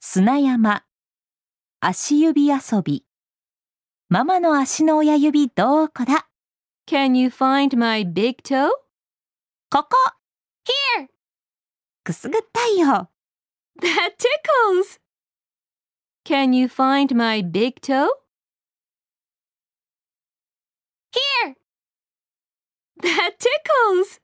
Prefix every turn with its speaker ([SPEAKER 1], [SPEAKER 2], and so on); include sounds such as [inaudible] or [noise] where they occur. [SPEAKER 1] 砂山足指遊びママの足の親指どこだ
[SPEAKER 2] Can you find my big toe?
[SPEAKER 1] ここ Here! くすぐったいよ
[SPEAKER 2] [laughs] That tickles! Can you find my big toe?
[SPEAKER 1] Here!
[SPEAKER 2] That tickles!